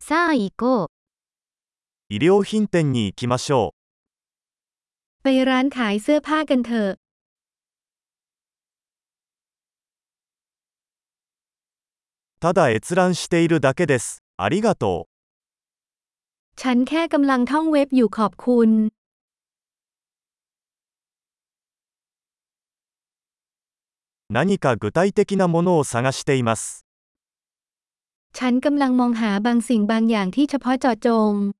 さあ行こう。医療品店に行きましょ ไปร้านขายเสื้อผ้ากันเถอะ う。ただ閲覧しているだけです。ありがと ฉันแค่กำลังท่องเว็บอยู่ขอบคุณ う。何か具体的なものを探しています。 ฉันกำลังมองหาบางสิ่งบางอย่างที่เฉพาะเจาะจง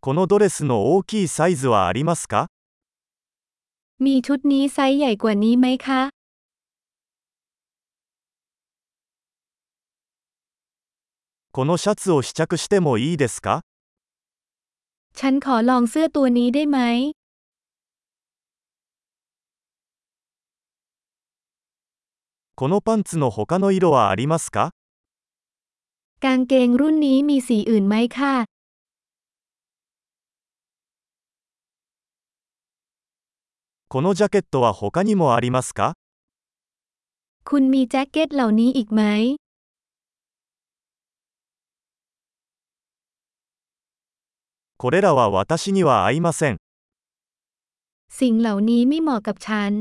このドレスの大きいサイズはありますか มีชุดนี้ไซส์ใหญ่กว่านี้ไหมคะ このシャツを試着してもいいですか ฉันขอลองเสื้อตัวนี้ได้ไหม このパンツの他の色はありますか กางเกงรุ่นนี้มีสีอื่นไหมคะ このジャケットは他にもありますか คุณมีแจ็คเก็ตเหล่านี้อีกไหม これらは私には合いません。 สิ่งเหล่านี้ไม่เหมาะกับฉัน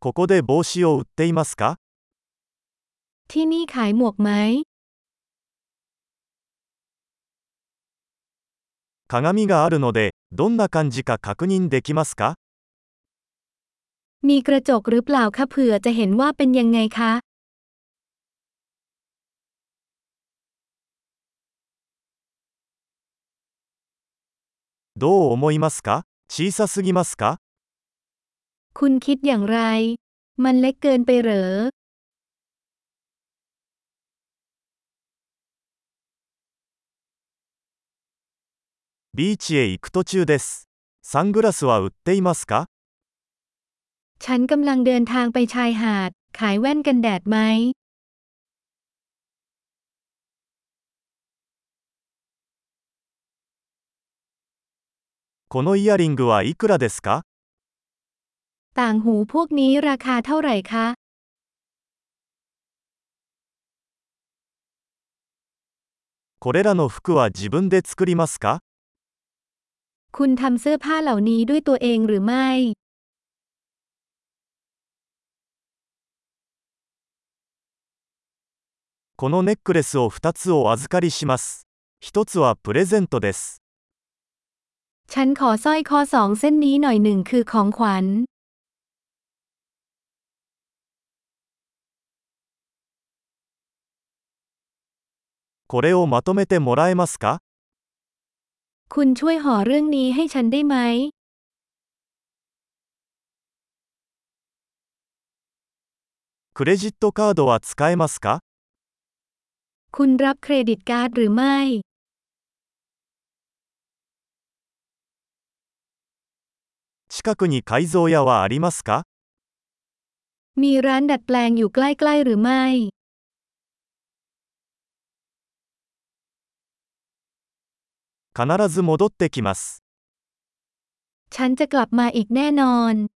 ここで帽子を売っていますか ที่นี่ขายหมวกไหม 鏡があるので、どんな感じか確認できますか มีกระจกหรือเปล่าคะเผื่อจะเห็นว่าเป็นยังไงคะ どう思いますか小さすぎますか คุณคิดอย่างไร มันเล็กเกินไปเหรอ ビーチへ行く途中です。サングラスは売っていますか ฉันกำลังเดินทางไปชายหาด ขายแว่นกันแดดไหม このイヤリングはいくらですか ต่างหูพวกนี้ราคาเท่าไหร่คะ これらの服は自分で作りますか คุณทำเสื้อผ้าเหล่านี้ด้วยตัวเองหรือไม่ このネックレスを2つお預かりします。1つはプレゼントです。 ฉันขอสร้อยคอสองเส้นนี้หน่อยหนึ่งคือของขวัญ これをまとめてもらえますか คุณช่วยห่อเรื่องนี้ให้ฉันได้ไหม クレジットカードは使えますか คุณรับเครดิตการ์ดหรือไม่ 近くに改造屋はありますか มีร้านดัดแปลงอยู่ใกล้ๆหรือไม่ 必ず戻ってきます。 ฉันจะกลับมาอีกแน่นอน